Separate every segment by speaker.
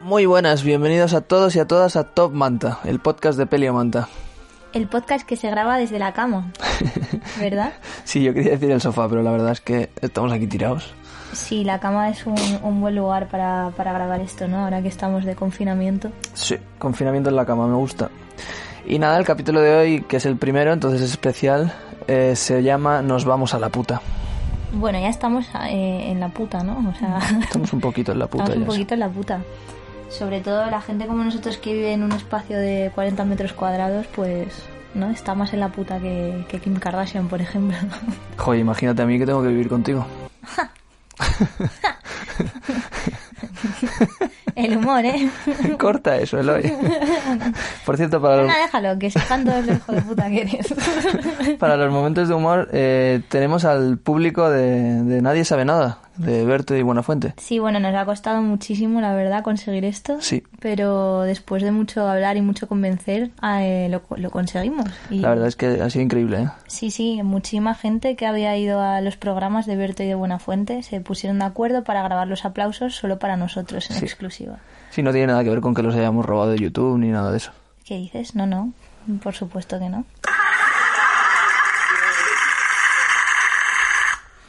Speaker 1: Muy buenas, bienvenidos a todos y a todas a Top Manta, el podcast de Pelio Manta.
Speaker 2: El podcast que se graba desde la cama, ¿verdad?
Speaker 1: Sí, yo quería decir el sofá, pero la verdad es que estamos aquí tirados.
Speaker 2: Sí, la cama es un, un buen lugar para, para grabar esto, ¿no? Ahora que estamos de confinamiento.
Speaker 1: Sí, confinamiento en la cama, me gusta. Y nada, el capítulo de hoy, que es el primero, entonces es especial, eh, se llama Nos vamos a la puta.
Speaker 2: Bueno, ya estamos eh, en la puta, ¿no? O sea,
Speaker 1: Estamos un poquito en la puta
Speaker 2: estamos un
Speaker 1: ya. sí.
Speaker 2: poquito en la puta. Sobre todo la gente como nosotros que vive en un espacio de 40 metros cuadrados, pues, ¿no? Está más en la puta que, que Kim Kardashian, por ejemplo.
Speaker 1: Joder, imagínate a mí que tengo que vivir contigo.
Speaker 2: El humor, ¿eh?
Speaker 1: Corta eso, Eloy. Por cierto, para los,
Speaker 2: Nada, déjalo, que sepan todos los hijo de puta que eres.
Speaker 1: para los momentos de humor eh, tenemos al público de, de Nadie sabe nada, de Berto y Buenafuente.
Speaker 2: Sí, bueno, nos ha costado muchísimo, la verdad, conseguir esto.
Speaker 1: Sí.
Speaker 2: Pero después de mucho hablar y mucho convencer, eh, lo, lo conseguimos. Y
Speaker 1: La verdad es que ha sido increíble, ¿eh?
Speaker 2: Sí, sí, muchísima gente que había ido a los programas de Berto y de Buenafuente se pusieron de acuerdo para grabar los aplausos solo para nosotros en
Speaker 1: Sí.
Speaker 2: exclusiva.
Speaker 1: Sí, no tiene nada que ver con que los hayamos robado de YouTube ni nada de eso.
Speaker 2: ¿Qué dices? No, no, por supuesto que no.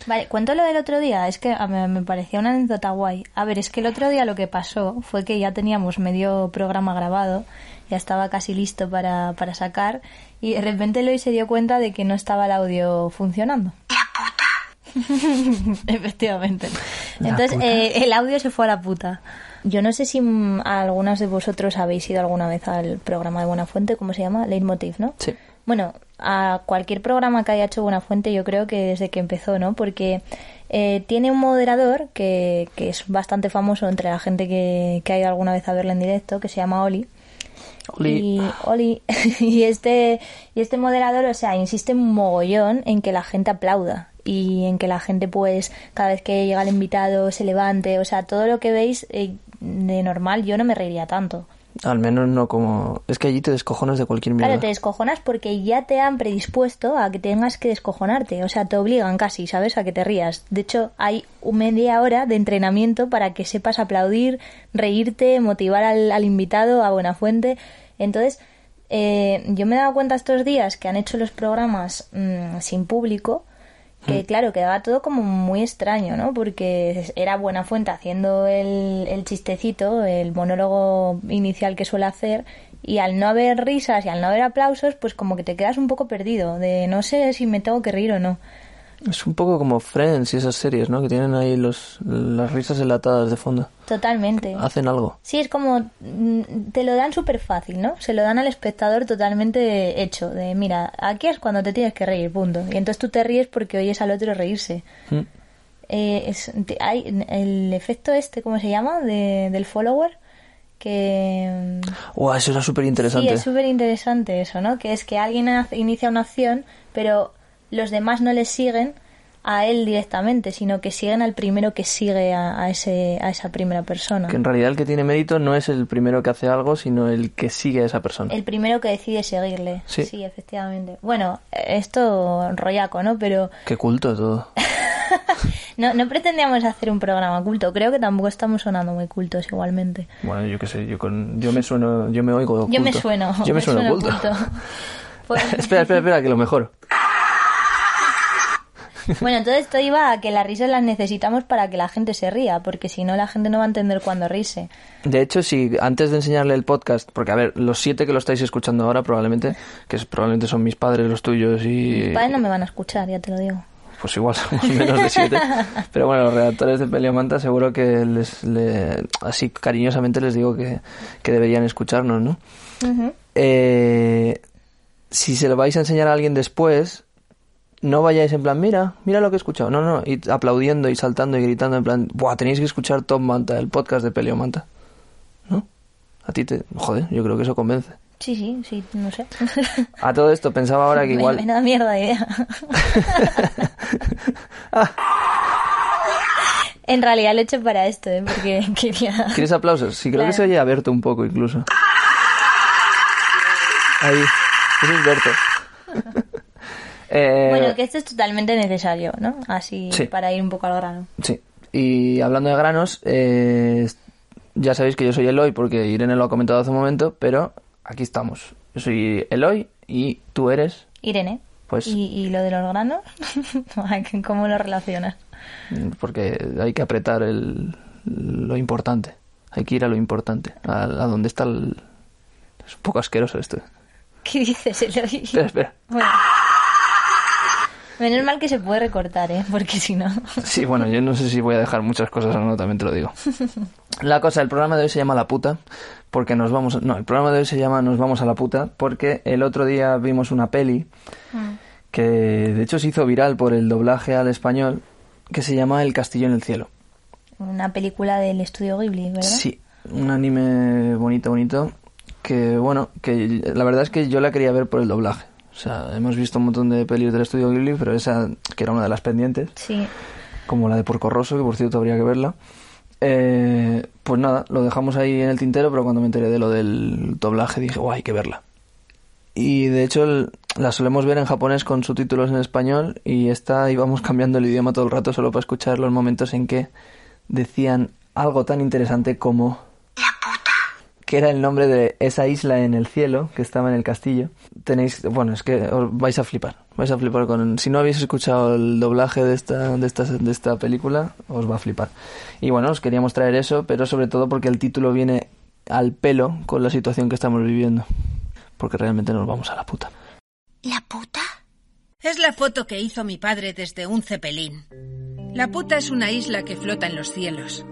Speaker 2: Vale, cuento lo del otro día, es que a mí me parecía una anécdota guay. A ver, es que el otro día lo que pasó fue que ya teníamos medio programa grabado, ya estaba casi listo para, para sacar, y de repente Lois se dio cuenta de que no estaba el audio funcionando. Efectivamente.
Speaker 1: La
Speaker 2: Entonces,
Speaker 1: puta.
Speaker 2: eh, el audio se fue a la puta. Yo no sé si mm, algunas de vosotros habéis ido alguna vez al programa de Buenafuente, ¿cómo se llama? Leitmotiv, ¿no?
Speaker 1: Sí.
Speaker 2: Bueno, a cualquier programa que haya hecho Buenafuente, yo creo que desde que empezó, ¿no? Porque eh, tiene un moderador que, que es bastante famoso entre la gente que, que ha ido alguna vez a verlo en directo, que se llama Oli.
Speaker 1: Oli.
Speaker 2: Y, Oli, y este, y este moderador, o sea, insiste un mogollón en que la gente aplauda y en que la gente, pues, cada vez que llega el invitado se levante. O sea, todo lo que veis eh, de normal, yo no me reiría tanto.
Speaker 1: Al menos no como... Es que allí te descojonas de cualquier mierda.
Speaker 2: Claro, te descojonas porque ya te han predispuesto a que tengas que descojonarte. O sea, te obligan casi, ¿sabes? A que te rías. De hecho, hay un media hora de entrenamiento para que sepas aplaudir, reírte, motivar al, al invitado, a buena fuente. Entonces, eh, yo me he dado cuenta estos días que han hecho los programas mm, sin público. Que claro, quedaba todo como muy extraño, ¿no? Porque era buena fuente haciendo el, el chistecito, el monólogo inicial que suele hacer, y al no haber risas y al no haber aplausos, pues como que te quedas un poco perdido, de no sé si me tengo que reír o no.
Speaker 1: Es un poco como Friends y esas series, ¿no? Que tienen ahí los, las risas enlatadas de fondo.
Speaker 2: Totalmente.
Speaker 1: Hacen algo.
Speaker 2: Sí, es como mm, te lo dan súper fácil, ¿no? Se lo dan al espectador totalmente hecho, de mira, aquí es cuando te tienes que reír, punto. Y entonces tú te ríes porque oyes al otro reírse.
Speaker 1: Mm.
Speaker 2: Eh, es- te- hay el efecto este, ¿cómo se llama? De- del follower, que... mm,
Speaker 1: Guau, eso era ¿eh? súper interesante.
Speaker 2: Sí, es súper interesante eso, ¿no? Que es que alguien haz- inicia una acción, pero los demás no le siguen a él directamente, sino que siguen al primero que sigue a, a ese, a esa primera persona.
Speaker 1: Que en realidad el que tiene mérito no es el primero que hace algo, sino el que sigue a esa persona.
Speaker 2: El primero que decide seguirle.
Speaker 1: Sí.
Speaker 2: efectivamente. Bueno, esto rollaco, ¿no? Pero
Speaker 1: Qué culto todo.
Speaker 2: no, no pretendíamos hacer un programa culto. Creo que tampoco estamos sonando muy cultos igualmente.
Speaker 1: Bueno, yo qué sé, yo, con, yo me sueno, yo me oigo
Speaker 2: Yo me
Speaker 1: culto.
Speaker 2: sueno.
Speaker 1: Yo me, sueno, culto.
Speaker 2: Pues-
Speaker 1: espera, espera, espera, que lo mejor.
Speaker 2: Bueno, entonces esto iba a que las risas las necesitamos para que la gente se ría, porque si no la gente no va a entender cuando ríse.
Speaker 1: De hecho, si antes de enseñarle el podcast, porque a ver, los siete que lo estáis escuchando ahora probablemente, que es- probablemente son mis padres, los tuyos y...
Speaker 2: Mis padres no me van a escuchar, ya te lo digo.
Speaker 1: Pues igual somos menos de siete. Pero bueno, los redactores de Peleomanta seguro que les, le- así cariñosamente les digo que, que deberían escucharnos, ¿no?
Speaker 2: Ujú.
Speaker 1: Eh, si se lo vais a enseñar a alguien después, no vayáis en plan, mira, mira lo que he escuchado. No, no, y aplaudiendo y saltando y gritando en plan, buah, tenéis que escuchar Top Manta, el podcast de Peleomanta. ¿No? A ti te... Joder, yo creo que eso convence.
Speaker 2: Sí, sí, sí, no sé.
Speaker 1: A todo esto pensaba ahora que igual...
Speaker 2: Menuda mierda de idea.
Speaker 1: Ah.
Speaker 2: en realidad lo he hecho para esto, ¿eh? porque quería...
Speaker 1: ¿Quieres aplausos? Sí, creo que
Speaker 2: Claro.
Speaker 1: se oye a Berto un poco incluso. Ahí. Eso es Berto. Eh,
Speaker 2: Bueno, que esto es totalmente necesario, ¿no? Así,
Speaker 1: Sí.
Speaker 2: para ir un poco al grano.
Speaker 1: Sí. Y hablando de granos, eh, ya sabéis que yo soy Eloy porque Irene lo ha comentado hace un momento, pero aquí estamos. Yo soy Eloy y tú eres,
Speaker 2: Irene.
Speaker 1: Pues-
Speaker 2: ¿Y, y lo de los granos? ¿Cómo lo relacionas?
Speaker 1: porque hay que apretar el, lo importante. Hay que ir a lo importante, a, a donde está el... Es un poco asqueroso esto.
Speaker 2: ¿Qué dices, Eloy?
Speaker 1: Espera, espera.
Speaker 2: Bueno. Menos mal que se puede recortar, ¿eh? Porque si no...
Speaker 1: Sí, bueno, yo no sé si voy a dejar muchas cosas o no, también te lo digo. La cosa, el programa de hoy se llama La puta, porque nos vamos... No, el programa de hoy se llama Nos vamos a la puta, porque el otro día vimos una peli que de hecho se hizo viral por el doblaje al español, que se llama El castillo en el cielo.
Speaker 2: Una película del estudio Ghibli, ¿verdad?
Speaker 1: Sí, un anime bonito, bonito. Que bueno, que la verdad es que yo la quería ver por el doblaje. O sea, hemos visto un montón de pelis del estudio Ghibli, pero esa que era una de las pendientes,
Speaker 2: Sí.
Speaker 1: como la de Porco Rosso, que por cierto habría que verla. Eh, pues nada, lo dejamos ahí en el tintero, pero cuando me enteré de lo del doblaje dije, guay, hay que verla. Y de hecho el- la solemos ver en japonés con subtítulos en español y esta íbamos cambiando el idioma todo el rato solo para escuchar los momentos en que decían algo tan interesante como que era el nombre de esa isla en el cielo que estaba en el castillo. Tenéis, bueno, es que os vais a flipar, vais a flipar con si no habéis escuchado el doblaje de esta de esta de esta película, os va a flipar. Y bueno, os queríamos traer eso, pero sobre todo porque el título viene al pelo con la situación que estamos viviendo, porque realmente nos vamos a la puta.
Speaker 3: ¿La puta?
Speaker 4: Es la foto que hizo mi padre desde un cepelín. La puta es una isla que flota en los cielos.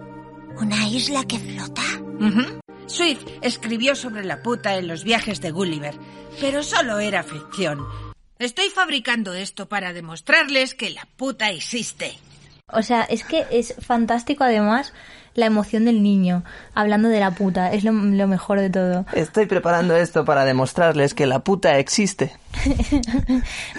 Speaker 3: ¿Una isla que flota?
Speaker 4: Ujú. Swift escribió sobre la puta en los viajes de Gulliver, pero solo era ficción. Estoy fabricando esto para demostrarles que la puta existe.
Speaker 2: O sea, es que es fantástico además la emoción del niño hablando de la puta. Es lo, lo mejor de todo.
Speaker 1: Estoy preparando esto para demostrarles que la puta existe.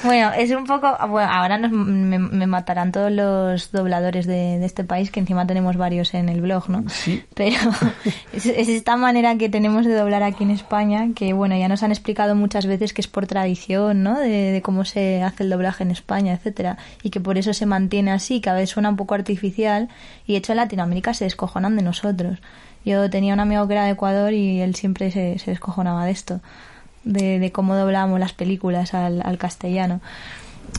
Speaker 2: Bueno, es un poco... ah, Bueno, ahora nos- me, me matarán todos los dobladores de, de este país, que encima tenemos varios en el blog, ¿no?
Speaker 1: Sí.
Speaker 2: Pero es, es esta manera que tenemos de doblar aquí en España, que bueno, ya nos han explicado muchas veces que es por tradición, ¿no? De, de cómo se hace el doblaje en España, etcétera, y que por eso se mantiene así, que a veces suena un poco artificial, y de hecho en Latinoamérica se descojonan de nosotros. Yo tenía un amigo que era de Ecuador y él siempre se, se descojonaba de esto, de, de cómo doblábamos las películas al, al castellano.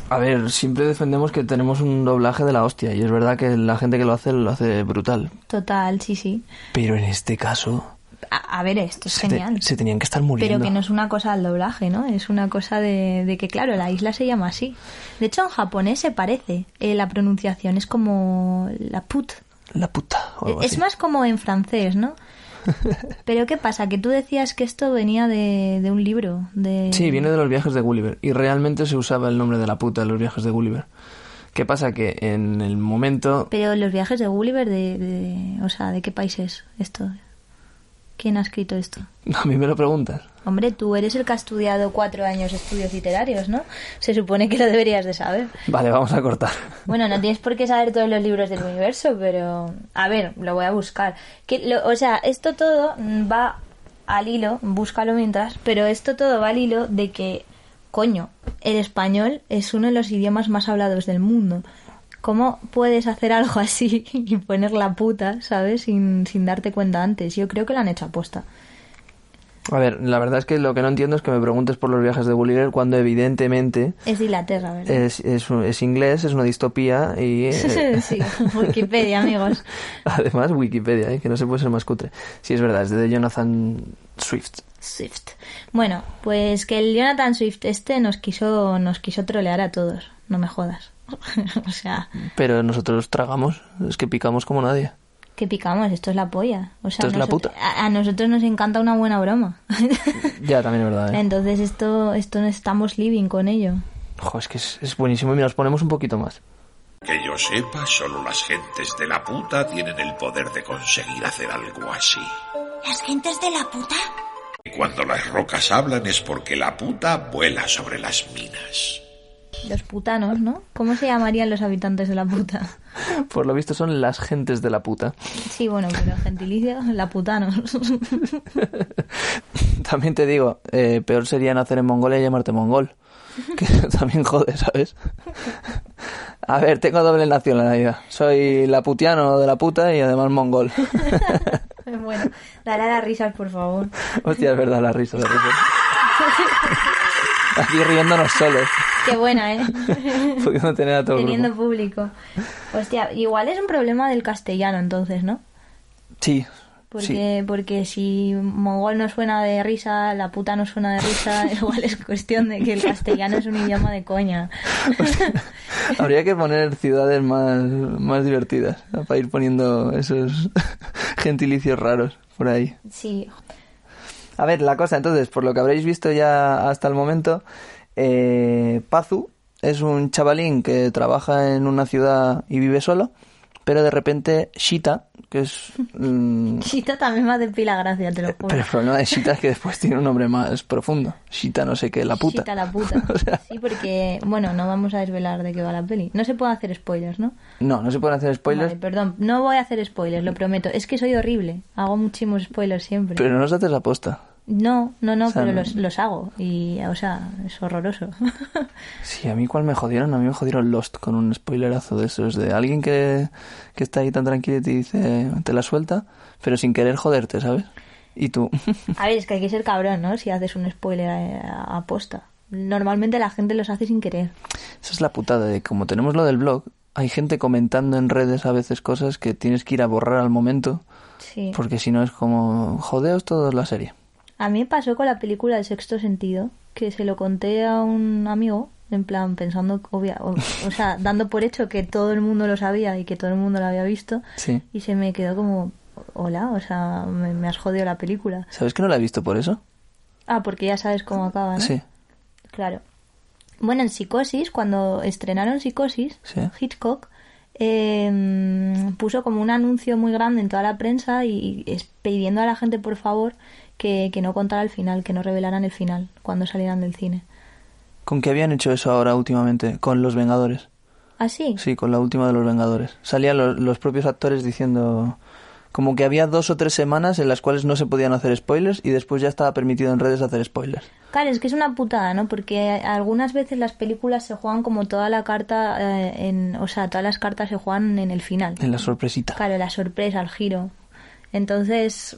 Speaker 1: A ver, siempre defendemos que tenemos un doblaje de la hostia y es verdad que la gente que lo hace lo hace brutal,
Speaker 2: Total, sí, sí.
Speaker 1: pero en este caso
Speaker 2: A, a ver, esto es
Speaker 1: se, te-
Speaker 2: genial.
Speaker 1: se tenían que estar muriendo.
Speaker 2: Pero que no es una cosa del doblaje, ¿no? Es una cosa de, de que, claro, la isla se llama así. De hecho, en japonés se parece. eh, la pronunciación es como la put. Eh,
Speaker 1: La puta. o algo
Speaker 2: Es
Speaker 1: así.
Speaker 2: más como en francés, ¿no? Pero ¿qué pasa? Que tú decías que esto venía de, de un libro. De...
Speaker 1: Sí, viene de los viajes de Gulliver. Y realmente se usaba el nombre de la puta en los viajes de Gulliver. ¿Qué pasa? Que en el momento.
Speaker 2: Pero los viajes de Gulliver, de, de- o sea, ¿de qué país es esto? ¿Quién ha escrito esto?
Speaker 1: A mí me lo preguntas.
Speaker 2: Hombre, tú eres el que ha estudiado cuatro años de estudios literarios, ¿no? Se supone que lo deberías de saber.
Speaker 1: Vale, vamos a cortar.
Speaker 2: Bueno, no tienes por qué saber todos los libros del universo, pero a ver, lo voy a buscar. Que lo- o sea, esto todo mm, va al hilo, búscalo mientras, pero esto todo va al hilo de que, coño, el español es uno de los idiomas más hablados del mundo. ¿Cómo puedes hacer algo así y poner la puta, ¿sabes? Sin, sin darte cuenta antes. Yo creo que lo han hecho aposta.
Speaker 1: A ver, la verdad es que lo que no entiendo es que me preguntes por los viajes de Gulliver cuando evidentemente
Speaker 2: Es de Inglaterra, ¿verdad?
Speaker 1: es, es, un- es inglés, es una distopía y. eh,
Speaker 2: sí, Wikipedia, amigos.
Speaker 1: Además, Wikipedia, ¿eh? que no se puede ser más cutre. Sí, es verdad, es de Jonathan Swift.
Speaker 2: Swift. Bueno, pues que el Jonathan Swift este nos quiso, nos quiso trolear a todos, no me jodas. o sea,
Speaker 1: Pero nosotros tragamos, es que picamos como nadie.
Speaker 2: que picamos, esto es la polla. O sea,
Speaker 1: Esto es la
Speaker 2: nosotros-
Speaker 1: puta.
Speaker 2: A, a nosotros nos encanta una buena broma.
Speaker 1: Ya, también es verdad, ¿eh?
Speaker 2: Entonces esto, esto no estamos living con ello.
Speaker 1: Jo, es que es, es buenísimo. Mira, os ponemos un poquito más.
Speaker 5: Que yo sepa, solo las gentes de la puta tienen el poder de conseguir hacer algo así.
Speaker 3: ¿Las gentes de la puta?
Speaker 5: Y Cuando las rocas hablan es porque la puta vuela sobre las minas.
Speaker 2: Los putanos, ¿no? ¿Cómo se llamarían los habitantes de la puta?
Speaker 1: Por lo visto son las gentes de la puta.
Speaker 2: Sí, bueno, pero gentilicio, la putanos.
Speaker 1: También te digo, eh, peor sería nacer en Mongolia y llamarte mongol. Que también jode, ¿sabes? A ver, tengo doble nacionalidad. Soy laputiano de la puta y además mongol.
Speaker 2: bueno. Dale a las risas, por favor.
Speaker 1: Hostia, es verdad, la risa, la risa. Aquí riéndonos solos,
Speaker 2: Qué buena, ¿eh?
Speaker 1: pudiendo tener a todo el
Speaker 2: Teniendo
Speaker 1: grupo.
Speaker 2: público. Hostia, igual es un problema del castellano entonces, ¿no?
Speaker 1: Sí, sí.
Speaker 2: Porque, porque si mongol no suena de risa, la puta no suena de risa, igual es cuestión de que el castellano es un idioma de coña.
Speaker 1: Habría que poner ciudades más, más divertidas para ir poniendo esos gentilicios raros por ahí.
Speaker 2: Sí,
Speaker 1: A ver, la cosa entonces, por lo que habréis visto ya hasta el momento, eh, Pazu es un chavalín que trabaja en una ciudad y vive solo, pero de repente Shita, que es... mm,
Speaker 2: Chita también me hace pila gracia, te lo juro.
Speaker 1: pero el problema de Shita es que después tiene un nombre más profundo. Shita no sé qué, la puta.
Speaker 2: Chita la puta.
Speaker 1: O sea,
Speaker 2: Sí, porque, bueno, no vamos a desvelar de qué va la peli. No se puede hacer spoilers, ¿no?
Speaker 1: no, no se pueden hacer spoilers,
Speaker 2: Vale, perdón, no voy a hacer spoilers, lo prometo. Es que soy horrible, hago muchísimos spoilers siempre.
Speaker 1: pero no nos haces la posta.
Speaker 2: No, no, no,
Speaker 1: O sea,
Speaker 2: pero
Speaker 1: no.
Speaker 2: los, los hago. Y, o sea, es horroroso.
Speaker 1: Sí, a mí cuál me jodieron, a mí me jodieron Lost con un spoilerazo de esos, de alguien que, que está ahí tan tranquilo y te dice, te la suelta, pero sin querer joderte, ¿sabes? Y tú,
Speaker 2: a ver, es que hay que ser cabrón, ¿no? Si haces un spoiler a- aposta. Normalmente la gente los hace sin querer.
Speaker 1: esa es la putada de como tenemos lo del blog, hay gente comentando en redes a veces cosas que tienes que ir a borrar al momento,
Speaker 2: Sí.
Speaker 1: porque si no es como, jodeos todos la serie.
Speaker 2: A mí me pasó con la película El sexto sentido, que se lo conté a un amigo, en plan pensando, obvia, o, o sea, dando por hecho que todo el mundo lo sabía y que todo el mundo lo había visto,
Speaker 1: Sí.
Speaker 2: y se me quedó como, hola, o sea, me, me has jodido la película.
Speaker 1: ¿Sabes que no la he visto por eso?
Speaker 2: Ah, porque ya sabes cómo acaba, ¿no?
Speaker 1: Sí,
Speaker 2: Claro. Bueno, en Psicosis, cuando estrenaron Psicosis,
Speaker 1: Sí.
Speaker 2: Hitchcock eh, puso como un anuncio muy grande en toda la prensa y, y es- pidiendo a la gente, por favor, que, que no contara el final, que no revelaran el final cuando salieran del cine.
Speaker 1: ¿con qué habían hecho eso ahora últimamente? Con Los Vengadores.
Speaker 2: ¿Así?
Speaker 1: Sí, con la última de los Vengadores. Salían lo- los propios actores diciendo como que había dos o tres semanas en las cuales no se podían hacer spoilers y después ya estaba permitido en redes hacer spoilers.
Speaker 2: Claro, es que es una putada, ¿no? Porque algunas veces las películas se juegan como toda la carta, eh, en, o sea, todas las cartas se juegan en el final.
Speaker 1: En la sorpresita.
Speaker 2: Claro, la sorpresa, el giro. Entonces,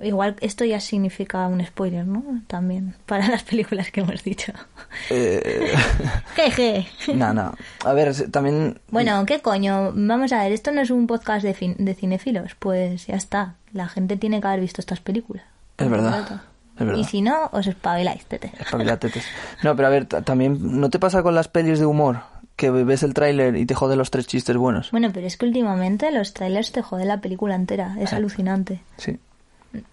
Speaker 2: igual esto ya significa un spoiler, ¿no? También para las películas que hemos dicho.
Speaker 1: Eh,
Speaker 2: Jeje.
Speaker 1: no, no. A ver, se- también...
Speaker 2: Bueno, ¿qué coño? Vamos a ver, esto no es un podcast de, fin- de cinefilos. Pues ya está. La gente tiene que haber visto estas películas.
Speaker 1: Es verdad. Es verdad.
Speaker 2: Y si no, os espabiláis, tete.
Speaker 1: Espabilatetes. No, pero a ver, ta- también... ¿No te pasa con las pelis de humor? Que ves el tráiler y te jode los tres chistes buenos.
Speaker 2: Bueno, pero es que últimamente los trailers te joden la película entera. Es alucinante.
Speaker 1: Sí.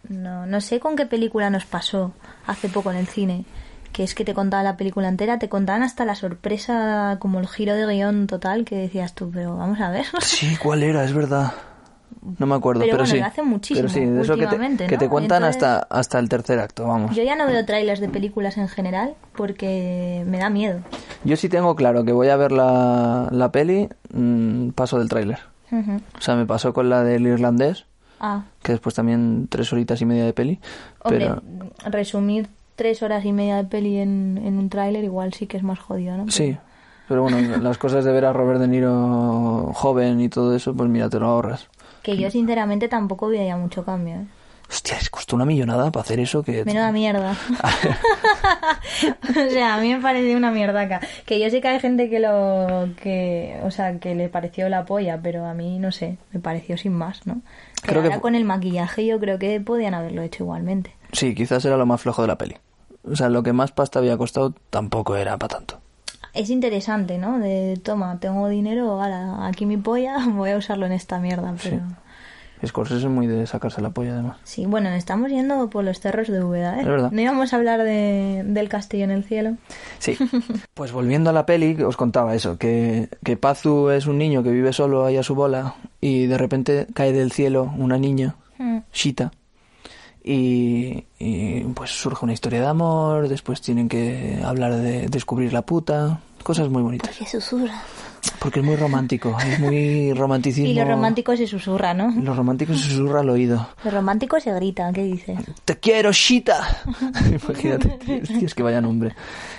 Speaker 2: No, no sé con qué película nos pasó hace poco en el cine. Que es que te contaban la película entera, te contaban hasta la sorpresa, como el giro de guión total que decías tú, pero vamos a ver.
Speaker 1: Sí, ¿cuál era? Es verdad. No me acuerdo,
Speaker 2: Pero
Speaker 1: pero,
Speaker 2: bueno,
Speaker 1: sí.
Speaker 2: lo hacen muchísimo
Speaker 1: Pero sí, de eso que te,
Speaker 2: últimamente,
Speaker 1: que
Speaker 2: ¿no?
Speaker 1: te cuentan
Speaker 2: Entonces-
Speaker 1: hasta, hasta el tercer acto, vamos.
Speaker 2: Yo ya no veo trailers de películas en general porque me da miedo.
Speaker 1: Yo sí tengo claro que voy a ver la, la peli, mm, paso del tráiler.
Speaker 2: Ujú.
Speaker 1: O sea, me pasó con la del irlandés,
Speaker 2: Ah,
Speaker 1: que después también tres horitas y media de peli.
Speaker 2: hombre,
Speaker 1: pero
Speaker 2: resumir tres horas y media de peli en, en un tráiler igual sí que es más jodido, ¿no?
Speaker 1: sí, pero bueno, las cosas de ver a Robert De Niro joven y todo eso, pues mira, te lo ahorras.
Speaker 2: Que yo sinceramente tampoco veía mucho cambio. ¿eh?
Speaker 1: Hostia, les costó una millonada para hacer eso que...
Speaker 2: Menuda mierda. o sea, a mí me pareció una mierdaca. Que yo sé que hay gente que lo. que. o sea, que le pareció la polla, pero a mí no sé. Me pareció sin más, ¿no? Pero
Speaker 1: Creo que
Speaker 2: ahora
Speaker 1: fu-
Speaker 2: con el maquillaje yo creo que podían haberlo hecho igualmente.
Speaker 1: Sí, quizás era lo más flojo de la peli. O sea, lo que más pasta había costado tampoco era para tanto.
Speaker 2: Es interesante, ¿no? De toma, tengo dinero, ahora aquí mi polla, voy a usarlo en esta mierda, pero.
Speaker 1: Scorsese es muy de sacarse la polla, además.
Speaker 2: Sí, bueno, estamos yendo por los cerros de Úbeda, ¿eh?
Speaker 1: Es verdad.
Speaker 2: No íbamos a hablar de, del castillo en el cielo.
Speaker 1: Sí. Pues volviendo a la peli, os contaba eso, que, que Pazu es un niño que vive solo ahí a su bola y de repente cae del cielo una niña,
Speaker 2: Hmm.
Speaker 1: Shita, y, y, pues surge una historia de amor, después tienen que hablar de descubrir la puta, cosas muy bonitas,
Speaker 3: Porque susurra.
Speaker 1: porque es muy romántico, es muy romanticismo.
Speaker 2: Y lo romántico se susurra, ¿no?
Speaker 1: Lo romántico se susurra al oído.
Speaker 2: Lo romántico se grita, ¿qué dices?
Speaker 1: ¡Te quiero, Shita! Imagínate, tío, es que vaya nombre.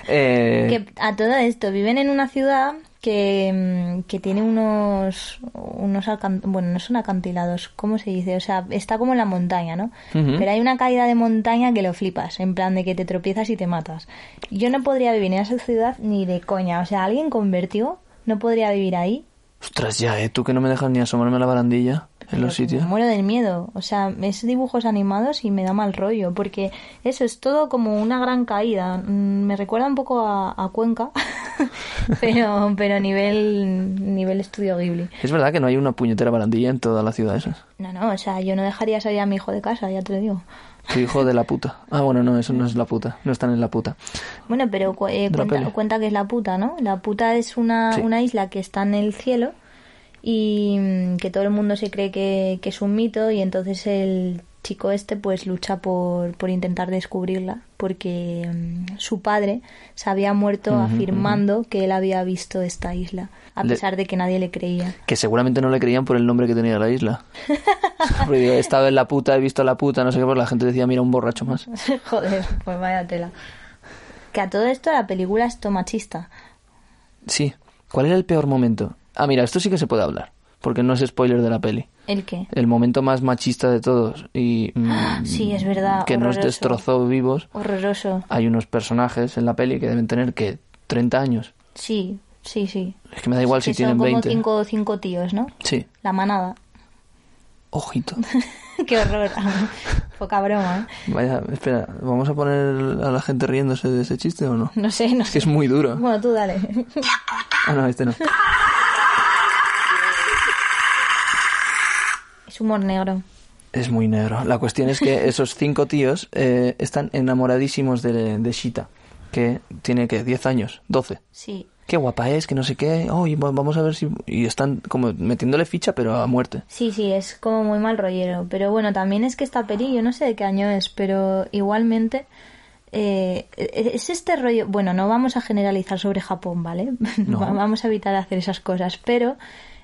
Speaker 1: Eh,
Speaker 2: Que a todo esto viven en una ciudad que, mm, que tiene unos, unos alcan- bueno, no son acantilados, ¿cómo se dice? O sea, está como en la montaña, ¿no?
Speaker 1: Ujú.
Speaker 2: Pero hay una caída de montaña que lo flipas, en plan de que te tropiezas y te matas. Yo no podría vivir en esa ciudad ni de coña, o sea, alguien convertido no podría vivir ahí.
Speaker 1: Ostras, ya, ¿eh? Tú que no me dejas ni asomarme a la barandilla en los
Speaker 2: Pero que
Speaker 1: sitios.
Speaker 2: Me muero del miedo. O sea, es dibujos animados y me da mal rollo. Porque eso es todo como una gran caída. Mm, Me recuerda un poco a, a Cuenca. pero pero a nivel, nivel estudio Ghibli.
Speaker 1: Es verdad que no hay una puñetera barandilla en toda la ciudad esa.
Speaker 2: No, no, o sea, yo no dejaría salir a mi hijo de casa, ya te lo digo.
Speaker 1: Tu hijo de la puta. Ah, bueno, no, eso no es la puta. No están en la puta.
Speaker 2: Bueno, pero cu- eh,
Speaker 1: De la
Speaker 2: cuenta,
Speaker 1: peli.
Speaker 2: cuenta que es la puta, ¿no? La puta es una,
Speaker 1: Sí.
Speaker 2: una isla que está en el cielo y mm, que todo el mundo se cree que, que es un mito y entonces el chico este pues lucha por, por intentar descubrirla porque mm, su padre se había muerto afirmando que él había visto esta isla a
Speaker 1: Le-
Speaker 2: pesar de que nadie le creía.
Speaker 1: Que seguramente no le creían por el nombre que tenía la isla. Porque digo, he estado en la puta, he visto a la puta, no sé qué, pues la gente decía, mira, un borracho más.
Speaker 2: Joder, pues vaya tela. Que a todo esto la película es tomachista.
Speaker 1: Sí. ¿Cuál era el peor momento? Ah, mira, esto sí que se puede hablar. Porque no es spoiler de la peli.
Speaker 2: ¿El qué?
Speaker 1: El momento más machista de todos y mm,
Speaker 2: Sí, es verdad.
Speaker 1: que nos
Speaker 2: horroroso.
Speaker 1: destrozó vivos.
Speaker 2: Horroroso.
Speaker 1: Hay unos personajes en la peli que deben tener que 30 años.
Speaker 2: Sí, sí, sí.
Speaker 1: Es que me da igual si
Speaker 2: Que
Speaker 1: tienen
Speaker 2: son como
Speaker 1: 20.
Speaker 2: Cinco, cinco tíos, ¿no?
Speaker 1: Sí,
Speaker 2: La manada.
Speaker 1: ojito.
Speaker 2: Qué horror. Poca broma, ¿eh?
Speaker 1: Vaya, espera, ¿vamos a poner a la gente riéndose de ese chiste o no?
Speaker 2: No sé, no
Speaker 1: Es que es
Speaker 2: sé.
Speaker 1: muy duro.
Speaker 2: Bueno, tú dale.
Speaker 1: Ah, no, este no.
Speaker 2: Es humor negro.
Speaker 1: Es muy negro. La cuestión es que esos cinco tíos eh, están enamoradísimos de, de Shita, que tiene que 10 años, 12.
Speaker 2: Sí.
Speaker 1: Qué guapa es, que no sé qué. Oh, y va- vamos a ver si. Y están como metiéndole ficha, pero a muerte.
Speaker 2: Sí, sí, es como muy mal rollero. Pero bueno, también es que esta peli, yo no sé de qué año es, pero igualmente. eh, es este rollo. Bueno, no vamos a generalizar sobre Japón, ¿vale?
Speaker 1: No.
Speaker 2: Va- vamos a evitar hacer esas cosas, pero.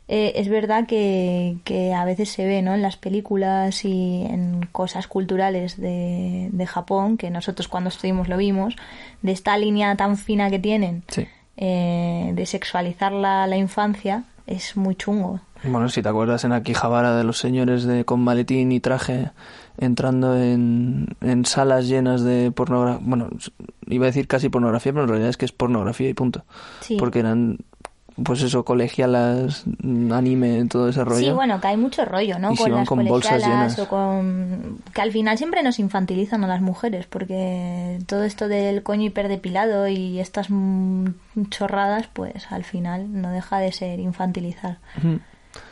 Speaker 2: eh, es verdad que, que a veces se ve ¿no? en las películas y en cosas culturales de, de Japón, que nosotros cuando estuvimos lo vimos, de esta línea tan fina que tienen
Speaker 1: Sí.
Speaker 2: eh, de sexualizar la, la infancia, es muy chungo.
Speaker 1: Bueno, si te acuerdas en Akihabara de los señores de con maletín y traje entrando en, en salas llenas de pornografía. Bueno, s- iba a decir casi pornografía, pero en realidad es que es pornografía y punto.
Speaker 2: Sí.
Speaker 1: Porque eran, pues eso, colegialas, mm, anime, todo ese rollo.
Speaker 2: Sí, bueno, que hay mucho rollo, ¿no?
Speaker 1: Y si van
Speaker 2: las
Speaker 1: con bolsas
Speaker 2: colegialas
Speaker 1: llenas.
Speaker 2: o con... Que al final siempre nos infantilizan a las mujeres, porque todo esto del coño hiperdepilado y estas mm, chorradas, pues al final no deja de ser infantilizar.
Speaker 1: Ujú.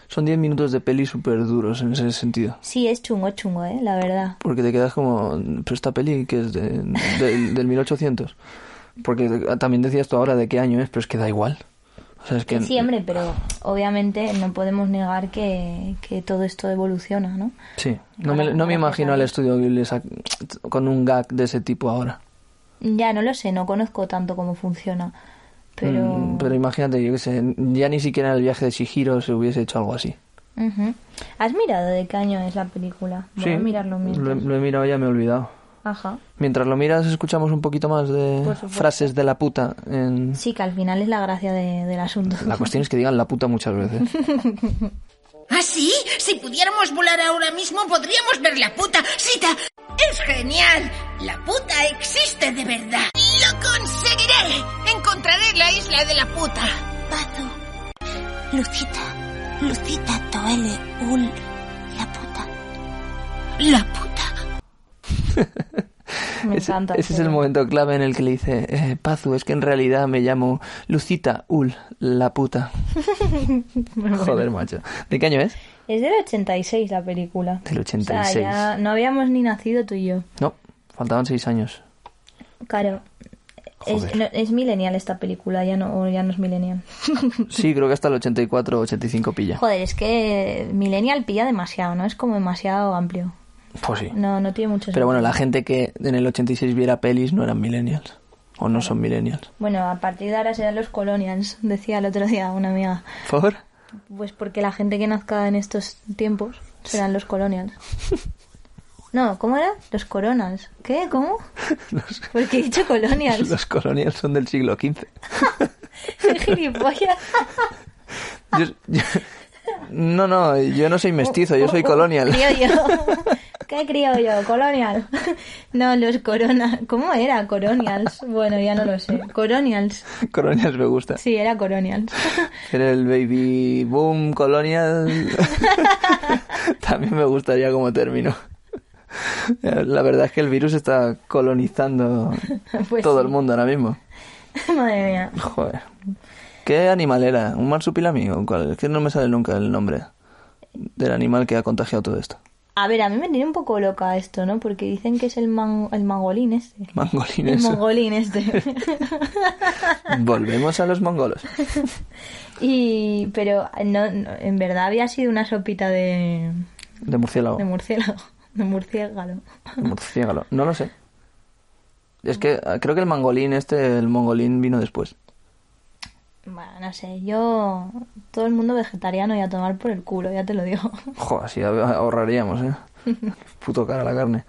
Speaker 1: Son 10 minutos de peli súper duros en ese sentido.
Speaker 2: Sí, es chungo, es chungo, ¿eh? La verdad.
Speaker 1: Porque te quedas como, pero esta peli que es de- del- del 1800. Porque de- también decías tú ahora de qué año es, pero es que da igual. O sea, es que...
Speaker 2: Sí, hombre, pero obviamente no podemos negar que, que todo esto evoluciona, ¿no?
Speaker 1: Sí. No me, no me
Speaker 2: Ahora
Speaker 1: imagino
Speaker 2: que
Speaker 1: al
Speaker 2: sale.
Speaker 1: estudio Ghibli sac- con un gag de ese tipo ahora.
Speaker 2: Ya, no lo sé, no conozco tanto cómo funciona, pero...
Speaker 1: Mm, pero imagínate, yo qué sé, ya ni siquiera en el viaje de Shihiro se hubiese hecho algo así.
Speaker 2: Ujú. ¿Has mirado de qué año es la película? Voy a mirarlo
Speaker 1: lo, he-
Speaker 2: mientras.
Speaker 1: lo he mirado ya me he olvidado.
Speaker 2: Ajá.
Speaker 1: Mientras lo miras escuchamos un poquito más de
Speaker 2: Por supuesto.
Speaker 1: frases de la puta. En...
Speaker 2: Sí, que al final es la gracia de- del asunto.
Speaker 1: La cuestión es que digan la puta muchas veces.
Speaker 4: ¿Ah, sí? Si pudiéramos volar ahora mismo, podríamos ver la puta. ¡Sita! ¡Es genial! La puta existe de verdad. ¡Lo conseguiré! Encontraré la isla de la puta.
Speaker 3: Pazu. Lucita. Lucita Toele Ul. La puta. La puta.
Speaker 2: Me
Speaker 1: Ese,
Speaker 2: encanta.
Speaker 1: ese es el
Speaker 2: pero-
Speaker 1: momento clave en el que le dice, eh, Pazu, es que en realidad me llamo Lucita Ul, la puta. Joder, macho. ¿De qué año es?
Speaker 2: Es del 86 la película.
Speaker 1: Del
Speaker 2: O
Speaker 1: 86.
Speaker 2: sea, ya no habíamos ni nacido tú y yo.
Speaker 1: No, faltaban seis años.
Speaker 2: Claro. Es,
Speaker 1: Joder.
Speaker 2: no- es millennial esta película, ya no, o ya no es millennial.
Speaker 1: Sí, creo que hasta el 84 o 85 pilla.
Speaker 2: Joder, es que millennial pilla demasiado, ¿no? Es como demasiado amplio.
Speaker 1: Pues sí.
Speaker 2: No, no tiene mucho
Speaker 1: Pero
Speaker 2: sentido.
Speaker 1: bueno, la gente que en el 86 viera pelis no eran millennials. O no son millennials.
Speaker 2: Bueno, a partir de ahora serán los colonials, decía el otro día una amiga.
Speaker 1: ¿Por favor?
Speaker 2: Pues porque la gente que nazca en estos tiempos serán los colonials. No, ¿cómo era? Los coronals. ¿Qué? ¿Cómo? Porque he dicho colonials.
Speaker 1: Los colonials son del siglo XV.
Speaker 2: Soy gilipollas.
Speaker 1: Yo- yo- no, no, yo no soy mestizo, yo soy
Speaker 2: Uh, uh,
Speaker 1: colonial.
Speaker 2: Criollo. ¿Qué criollo? Colonial. No, los corona. ¿Cómo era? Colonials. Bueno, ya no lo sé. Colonials.
Speaker 1: Colonial me gusta.
Speaker 2: Sí, era Colonials.
Speaker 1: Era el baby boom colonial. También me gustaría como término. La verdad es que el virus está colonizando
Speaker 2: Pues
Speaker 1: todo
Speaker 2: sí.
Speaker 1: el mundo ahora mismo.
Speaker 2: Madre mía.
Speaker 1: Joder. ¿Qué animal era? ¿Un marsupilami o cuál? Es que no me sale nunca el nombre del animal que ha contagiado todo esto.
Speaker 2: A ver, a mí me tiene un poco loca esto, ¿no? Porque dicen que es el, man- el mangolín este.
Speaker 1: Mangolín
Speaker 2: El este.
Speaker 1: eso.
Speaker 2: mongolín este.
Speaker 1: Volvemos a los mongolos.
Speaker 2: y, pero no, no, en verdad había sido una sopita de,
Speaker 1: De murciélago.
Speaker 2: de murciélago. De murciélago.
Speaker 1: De murciélago. No lo sé. Es que ah, creo que el mangolín este, el mongolín vino después.
Speaker 2: Bueno, no sé, yo... Todo el mundo vegetariano y a tomar por el culo, ya te lo digo.
Speaker 1: Joder, así ahorraríamos, ¿eh? Puto cara la carne.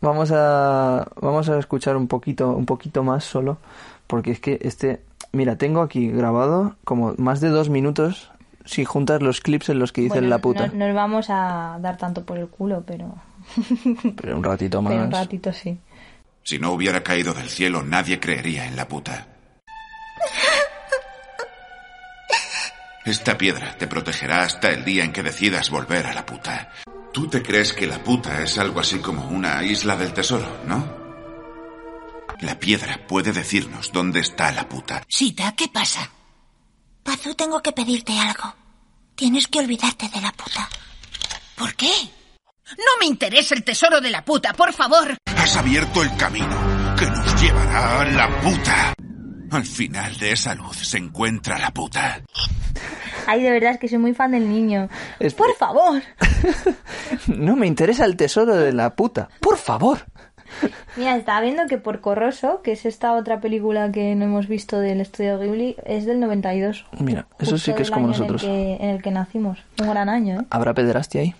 Speaker 1: Vamos a, vamos a escuchar un poquito, un poquito más solo, porque es que este, mira, tengo aquí grabado como más de dos minutos si juntas los clips en los que dicen
Speaker 2: Bueno,
Speaker 1: la puta.
Speaker 2: No, nos vamos a dar tanto por el culo, pero...
Speaker 1: Pero un ratito más.
Speaker 2: pero un ratito sí.
Speaker 5: Si no hubiera caído del cielo, nadie creería en la puta. Esta piedra te protegerá hasta el día en que decidas volver a la puta. Tú te crees que la puta es algo así como una isla del tesoro, ¿no? La piedra puede decirnos dónde está la puta.
Speaker 4: Sita, ¿qué pasa?
Speaker 3: Pazu, tengo que pedirte algo. Tienes que olvidarte de la puta.
Speaker 4: ¿Por qué? No me interesa el tesoro de la puta, por favor.
Speaker 5: Has abierto el camino que nos llevará a la puta. Al final de esa luz se encuentra la puta.
Speaker 2: Ay, de verdad, es que soy muy fan del niño.
Speaker 1: Es-
Speaker 2: ¡Por favor!
Speaker 1: No me interesa el tesoro de la puta. Por favor.
Speaker 2: Mira, estaba viendo que Por Corroso, que es esta otra película que no hemos visto del estudio Ghibli, es del 92.
Speaker 1: Mira, eso sí
Speaker 2: Justo
Speaker 1: que es
Speaker 2: del
Speaker 1: como
Speaker 2: año en el
Speaker 1: nosotros.
Speaker 2: que- en el que nacimos. Un gran año, ¿eh?
Speaker 1: ¿Habrá pederastia ahí?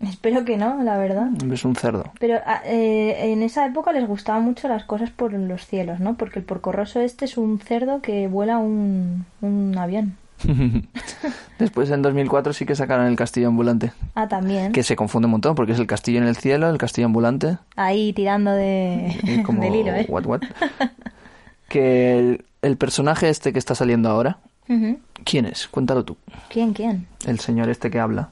Speaker 2: Espero que no, la verdad.
Speaker 1: Es un cerdo.
Speaker 2: Pero a- eh, en esa época les gustaban mucho las cosas por los cielos, ¿no? Porque el porcorroso este es un cerdo que vuela un, un avión.
Speaker 1: Después en 2004 sí que sacaron el castillo ambulante.
Speaker 2: Ah, también.
Speaker 1: Que se confunde un montón porque es el castillo en el cielo, el castillo ambulante.
Speaker 2: Ahí tirando de,
Speaker 1: y como,
Speaker 2: del hilo, ¿eh?
Speaker 1: What, what? que el, el personaje este que está saliendo ahora,
Speaker 2: Ujú.
Speaker 1: ¿quién es? Cuéntalo tú.
Speaker 2: ¿Quién, quién?
Speaker 1: El señor este que habla,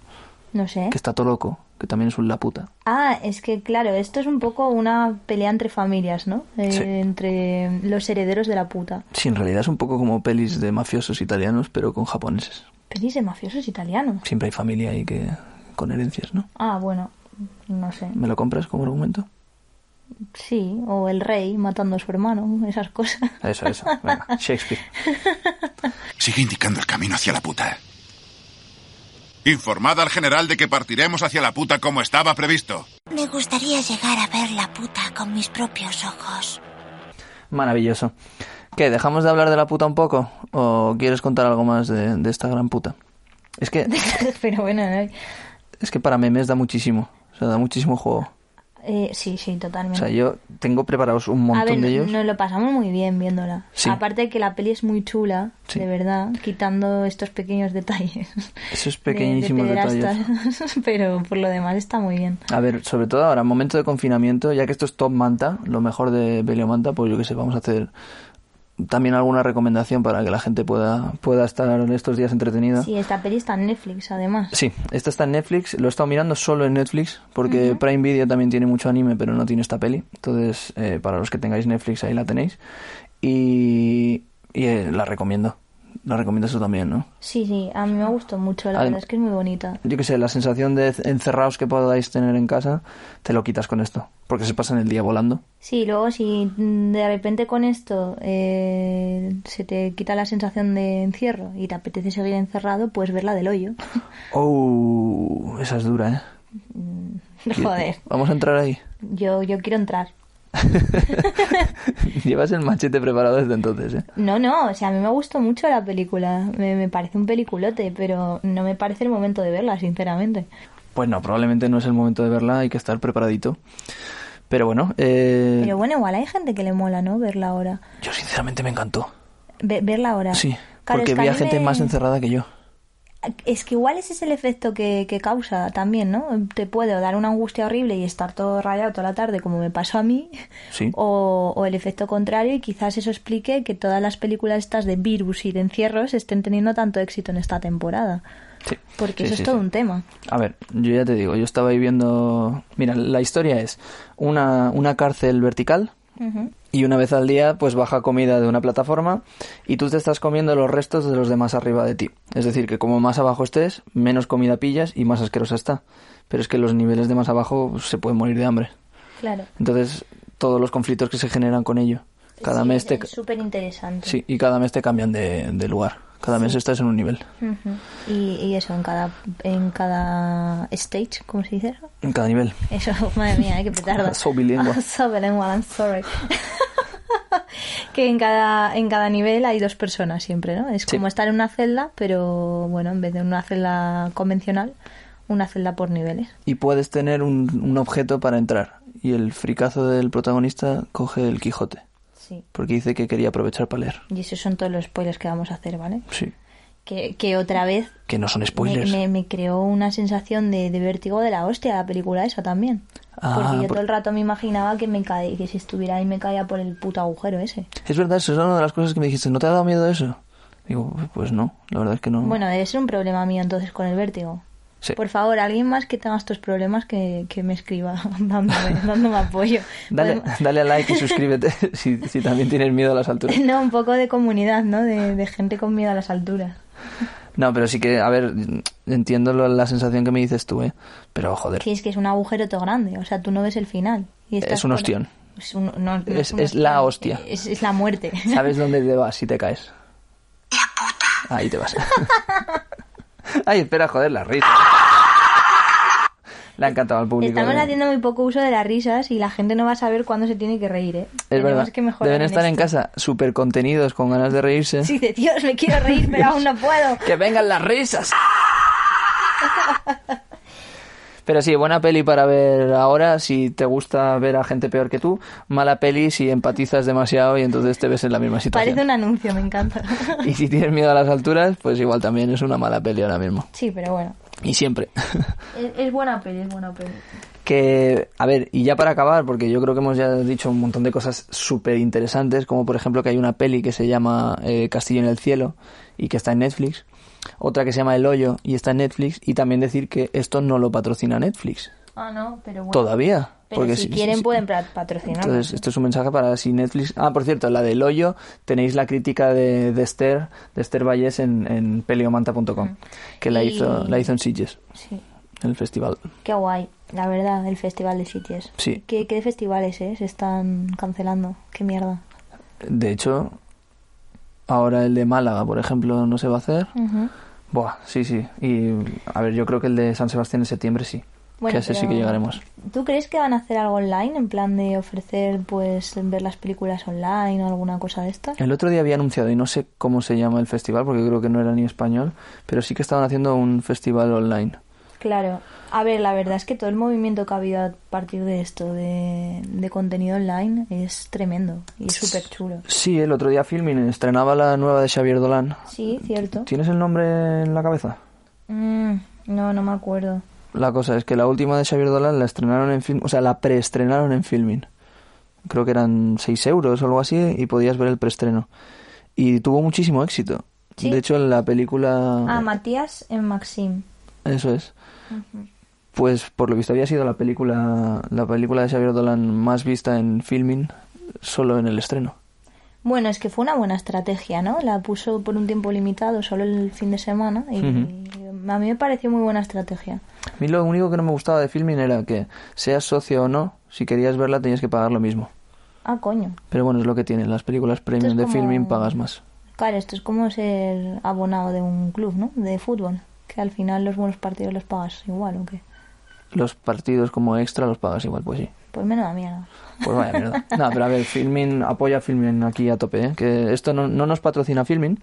Speaker 2: No sé.
Speaker 1: que está todo loco, que también es un la puta.
Speaker 2: Ah, es que claro, esto es un poco una pelea entre familias, ¿no? Eh,
Speaker 1: Sí.
Speaker 2: Entre los herederos de la puta.
Speaker 1: Sí, en realidad es un poco como pelis de mafiosos italianos, pero con japoneses.
Speaker 2: Pelis de mafiosos italianos.
Speaker 1: Siempre hay familia ahí que con herencias, ¿no?
Speaker 2: Ah, bueno, no sé.
Speaker 1: ¿Me lo compras como argumento?
Speaker 2: Sí, o el rey matando a su hermano, esas cosas.
Speaker 1: Eso, eso. Venga, Shakespeare.
Speaker 5: Sigue indicando el camino hacia la puta. Informad al general de que partiremos hacia la puta como estaba previsto.
Speaker 3: Me gustaría llegar a ver la puta con mis propios ojos.
Speaker 1: Maravilloso. ¿Qué? ¿Dejamos de hablar de la puta un poco? ¿O quieres contar algo más de, de esta gran puta? Es que,
Speaker 2: Pero bueno, eh,
Speaker 1: es que para memes da muchísimo. O sea, da muchísimo juego.
Speaker 2: eh, sí, sí,
Speaker 1: O
Speaker 2: totalmente.
Speaker 1: sea, yo tengo preparados un
Speaker 2: a
Speaker 1: montón de
Speaker 2: ver, no-
Speaker 1: ellos.
Speaker 2: nos lo pasamos muy bien viéndola.
Speaker 1: Sí.
Speaker 2: Aparte que la peli es muy chula,
Speaker 1: Sí.
Speaker 2: de verdad, quitando estos pequeños detalles.
Speaker 1: Esos
Speaker 2: de- de
Speaker 1: pequeñísimos detalles.
Speaker 2: pederastas. Pero por lo demás está muy bien.
Speaker 1: A ver, sobre todo ahora, momento de confinamiento, ya que esto es Top Manta, lo mejor de Belio Manta, pues yo que sé, vamos a hacer también alguna recomendación para que la gente pueda, pueda estar en estos días entretenida.
Speaker 2: Sí, esta peli está en Netflix, además.
Speaker 1: Sí, esta está en Netflix. Lo he estado mirando solo en Netflix porque Prime Video también tiene mucho anime, pero no tiene esta peli. Entonces, eh, para los que tengáis Netflix, ahí la tenéis. Y, y, eh, la recomiendo. La recomiendo eso también, ¿no?
Speaker 2: Sí, sí, a mí me gustó mucho, la
Speaker 1: Adem-
Speaker 2: verdad es que es muy bonita.
Speaker 1: Yo qué sé, la sensación de encerrados que podáis tener en casa, te lo quitas con esto. Porque se pasan el día volando.
Speaker 2: Sí, luego si mm, de repente con esto eh, se te quita la sensación de encierro y te apetece seguir encerrado, pues verla del hoyo.
Speaker 1: ¡Oh! Esa es dura, ¿eh?
Speaker 2: Joder,
Speaker 1: Vamos a entrar ahí.
Speaker 2: yo, yo quiero entrar.
Speaker 1: Llevas el machete preparado desde entonces, ¿eh?
Speaker 2: No, no, o sea, a mí me gustó mucho la película, me, me parece un peliculote, pero no me parece el momento de verla, sinceramente.
Speaker 1: Pues no, probablemente no es el momento de verla, hay que estar preparadito. Pero bueno, eh, Mm.
Speaker 2: Pero bueno, igual hay gente que le mola, ¿no? Verla ahora.
Speaker 1: yo sinceramente me encantó.
Speaker 2: Ve- verla ahora.
Speaker 1: Sí,
Speaker 2: Claro,
Speaker 1: porque
Speaker 2: es que a
Speaker 1: había
Speaker 2: mí
Speaker 1: gente
Speaker 2: me-
Speaker 1: más encerrada que yo.
Speaker 2: Es que igual ese es el efecto que, que causa también, ¿no? Te puedo dar una angustia horrible y estar todo rayado toda la tarde, como me pasó a mí,
Speaker 1: Sí.
Speaker 2: o, o el efecto contrario, y quizás eso explique que todas las películas estas de virus y de encierros estén teniendo tanto éxito en esta temporada.
Speaker 1: Sí. Sí,
Speaker 2: Porque eso
Speaker 1: sí,
Speaker 2: es todo
Speaker 1: sí.
Speaker 2: un tema.
Speaker 1: A ver, yo ya te digo, yo estaba ahí viendo... Mira, la historia es una, una cárcel vertical y una vez al día pues baja comida de una plataforma y tú te estás comiendo los restos de los demás arriba de ti. Es decir, que como más abajo estés, menos comida pillas y más asquerosa está. Pero es que los niveles de más abajo pues, se pueden morir de hambre.
Speaker 2: Claro.
Speaker 1: Entonces, todos los conflictos que se generan con ello. Cada mes te...
Speaker 2: Es súper interesante.
Speaker 1: Sí, y cada mes te cambian de, de lugar. Cada mes estás en un nivel.
Speaker 2: Ujú. y, y eso, en cada, en cada stage, ¿cómo se dice eso?
Speaker 1: En cada nivel.
Speaker 2: Eso, madre mía, ¿eh? qué petardo.
Speaker 1: So bilingüe.
Speaker 2: So bilingüe, I'm sorry. que en cada, en cada nivel hay dos personas siempre, ¿no? Es
Speaker 1: Sí.
Speaker 2: como estar en una celda, pero bueno, en vez de una celda convencional, una celda por niveles.
Speaker 1: y puedes tener un, un objeto para entrar. Y el fricazo del protagonista coge el Quijote,
Speaker 2: Sí.
Speaker 1: porque dice que quería aprovechar para leer.
Speaker 2: Y esos son todos los spoilers que vamos a hacer, ¿vale?
Speaker 1: Sí,
Speaker 2: Que, que otra vez
Speaker 1: que no son
Speaker 2: me,
Speaker 1: spoilers.
Speaker 2: me, me creó una sensación de, de vértigo de la hostia la película esa también.
Speaker 1: Ah,
Speaker 2: Porque yo
Speaker 1: por-
Speaker 2: todo el rato me imaginaba que me cae, que si estuviera ahí me caía por el puto agujero ese.
Speaker 1: Es verdad, eso es una de las cosas que me dijiste, ¿no te ha dado miedo eso? Digo, pues no, la verdad es que no.
Speaker 2: Bueno, debe ser un problema mío entonces con el vértigo.
Speaker 1: Sí.
Speaker 2: Por favor, alguien más que tenga estos problemas que, que me escriba dándome, dándome apoyo.
Speaker 1: dale,
Speaker 2: Podemos-
Speaker 1: dale a like y suscríbete si, si también tienes miedo a las alturas.
Speaker 2: No, un poco de comunidad, ¿no? De, de gente con miedo a las alturas.
Speaker 1: No, pero sí que, a ver, entiendo lo- la sensación que me dices tú, ¿eh? Pero joder,
Speaker 2: Que es que es un agujero todo grande, o sea, tú no ves el final. Y estás
Speaker 1: Es un
Speaker 2: con-
Speaker 1: ostión.
Speaker 2: Es, un- no, no
Speaker 1: Es-
Speaker 2: un
Speaker 1: es la
Speaker 2: ostión,
Speaker 1: hostia.
Speaker 2: Es, es la muerte.
Speaker 1: ¿sabes dónde te vas si te caes?
Speaker 3: La puta.
Speaker 1: Ahí te vas. Ay, espera, joder, la risa. Le ha encantado al público.
Speaker 2: Estamos
Speaker 1: eh.
Speaker 2: haciendo muy poco uso de las risas y la gente no va a saber cuándo se tiene que reír, ¿eh?
Speaker 1: Es
Speaker 2: Tenemos
Speaker 1: verdad.
Speaker 2: que mejorar
Speaker 1: Deben estar en
Speaker 2: esto.
Speaker 1: casa súper contenidos, con ganas de reírse.
Speaker 2: Sí, de Dios, me quiero reír, pero aún no puedo.
Speaker 1: ¡Que vengan las risas! Pero sí, buena peli para ver ahora si te gusta ver a gente peor que tú. Mala peli si empatizas demasiado y entonces te ves en la misma situación.
Speaker 2: Parece un anuncio, me encanta.
Speaker 1: Y si tienes miedo a las alturas, pues igual también es una mala peli ahora mismo.
Speaker 2: Sí, pero bueno.
Speaker 1: Y siempre.
Speaker 2: Es, es buena peli, es buena peli.
Speaker 1: Que, a ver, y ya para acabar, porque yo creo que hemos ya dicho un montón de cosas súper interesantes, como por ejemplo que hay una peli que se llama eh, Castillo en el Cielo y que está en Netflix, otra que se llama El Hoyo y está en Netflix, y también decir que esto no lo patrocina Netflix,
Speaker 2: Ah, no, pero bueno.
Speaker 1: todavía.
Speaker 2: Pero si quieren pueden pra- patrocinarnos.
Speaker 1: Entonces, esto es un mensaje para si Netflix... Ah, por cierto, la del hoyo, tenéis la crítica de, de Esther, de Esther Vallés en, en peleomanta.com, que la,
Speaker 2: Y-
Speaker 1: hizo, la hizo en Sitges,
Speaker 2: Sí,
Speaker 1: en el festival.
Speaker 2: qué guay. La verdad, el festival de sitios.
Speaker 1: Sí.
Speaker 2: ¿Qué, qué festivales, eh? Se están cancelando. Qué mierda.
Speaker 1: De hecho, ahora el de Málaga, por ejemplo, no se va a hacer.
Speaker 2: Ujú.
Speaker 1: Buah, sí, sí. Y a ver, yo creo que el de San Sebastián en septiembre sí.
Speaker 2: Bueno,
Speaker 1: que ese sí
Speaker 2: pero-
Speaker 1: que llegaremos.
Speaker 2: ¿Tú crees que van a hacer algo online? En plan de ofrecer, pues, ver las películas online o alguna cosa de estas.
Speaker 1: El otro día había anunciado, y no sé cómo se llama el festival, porque creo que no era ni español, pero sí que estaban haciendo un festival online.
Speaker 2: Claro, a ver, la verdad es que todo el movimiento que ha habido a partir de esto, de, de contenido online, es tremendo y súper chulo.
Speaker 1: Sí, el otro día Filmin estrenaba la nueva de Xavier Dolan.
Speaker 2: Sí, cierto.
Speaker 1: ¿Tienes el nombre en la cabeza?
Speaker 2: Mm, no, no me acuerdo.
Speaker 1: La cosa es que la última de Xavier Dolan la estrenaron en film, o sea, la preestrenaron en filming. Creo que eran 6 euros o algo así eh, y podías ver el preestreno. Y tuvo muchísimo éxito.
Speaker 2: Sí.
Speaker 1: De hecho, en la película...
Speaker 2: Ah, Matías en Maxim.
Speaker 1: Eso es. Pues por lo visto había sido la película, la película de Xavier Dolan más vista en filming, solo en el estreno.
Speaker 2: Bueno, es que fue una buena estrategia, ¿no? La puso por un tiempo limitado, solo el fin de semana, y a mí me pareció muy buena estrategia.
Speaker 1: A mí lo único que no me gustaba de filming era que, seas socio o no, si querías verla tenías que pagar lo mismo.
Speaker 2: Ah, coño.
Speaker 1: Pero bueno, es lo que tienen. Las películas premium de
Speaker 2: como-
Speaker 1: filming pagas más.
Speaker 2: Claro, esto es como ser abonado de un club, ¿no? De fútbol, que al final los buenos partidos los pagas igual, ¿o qué?
Speaker 1: los partidos como extra los pagas igual, pues sí.
Speaker 2: Pues menos la mierda.
Speaker 1: Pues vaya mierda. No, pero a ver, Filmin apoya a Filmin aquí a tope, ¿eh? Que esto no, no nos patrocina Filmin,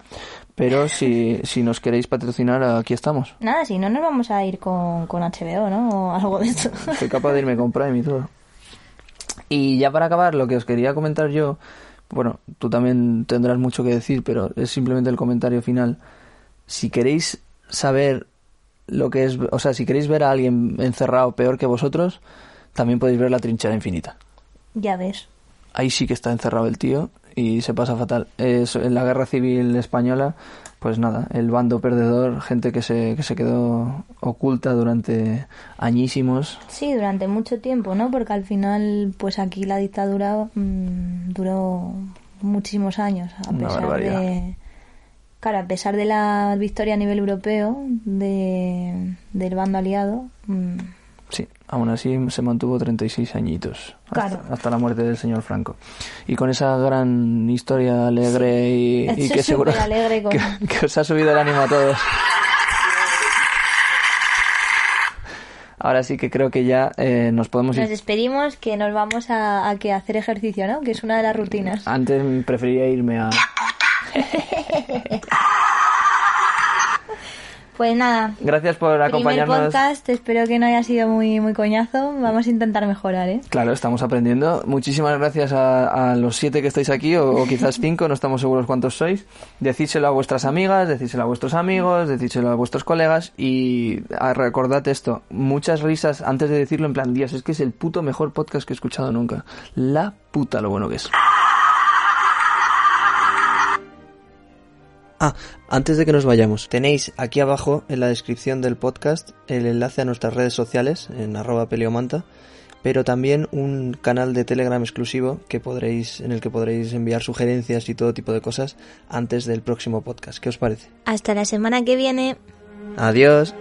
Speaker 1: pero si, si nos queréis patrocinar, aquí estamos.
Speaker 2: Nada, si no nos vamos a ir con, con HBO, ¿no? O algo de esto.
Speaker 1: Soy capaz de irme con Prime y todo. Y ya para acabar, lo que os quería comentar yo, bueno, tú también tendrás mucho que decir, pero es simplemente el comentario final. Si queréis saber lo que es, o sea, si queréis ver a alguien encerrado peor que vosotros, también podéis ver la trinchera infinita.
Speaker 2: Ya ves.
Speaker 1: Ahí sí que está encerrado el tío y se pasa fatal. Es- en la guerra civil española, pues nada, el bando perdedor, gente que se, que se quedó oculta durante añísimos.
Speaker 2: Sí, durante mucho tiempo, ¿no? Porque al final, pues aquí la dictadura mm, duró muchísimos años, a
Speaker 1: Una
Speaker 2: pesar
Speaker 1: barbaridad.
Speaker 2: de... Claro, a pesar de la victoria a nivel europeo de, del bando aliado, mm,
Speaker 1: Sí, aún así se mantuvo 36 añitos hasta,
Speaker 2: Claro.
Speaker 1: hasta la muerte del señor Franco. Y con esa gran historia alegre y- y,
Speaker 2: Estoy
Speaker 1: que seguro
Speaker 2: superalegre con-
Speaker 1: que, que os ha subido el ánimo a todos. Ahora sí que creo que ya eh, nos podemos
Speaker 2: nos
Speaker 1: ir.
Speaker 2: despedimos que nos vamos a, a que hacer ejercicio, ¿no? Que es una de las
Speaker 1: Ah.
Speaker 2: rutinas.
Speaker 1: Antes preferiría irme a...
Speaker 2: Pues nada,
Speaker 1: Gracias por
Speaker 2: primer
Speaker 1: acompañarnos.
Speaker 2: podcast, espero que no haya sido muy, muy coñazo, vamos a intentar mejorar, ¿eh?
Speaker 1: Claro, estamos aprendiendo. Muchísimas gracias a, a los siete que estáis aquí, o, o quizás cinco, no estamos seguros cuántos sois. Decídselo a vuestras amigas, decídselo a vuestros amigos, decídselo a vuestros colegas y ah, recordad esto, muchas risas antes de decirlo en plan, Dios, es que es el puto mejor podcast que he escuchado nunca. La puta lo bueno que es. Ah, antes de que nos vayamos, tenéis aquí abajo en la descripción del podcast el enlace a nuestras redes sociales en arroba peleomanta, pero también un canal de Telegram exclusivo que podréis, en el que podréis enviar sugerencias y todo tipo de cosas antes del próximo podcast. ¿Qué os parece?
Speaker 2: Hasta la semana que viene.
Speaker 1: Adiós.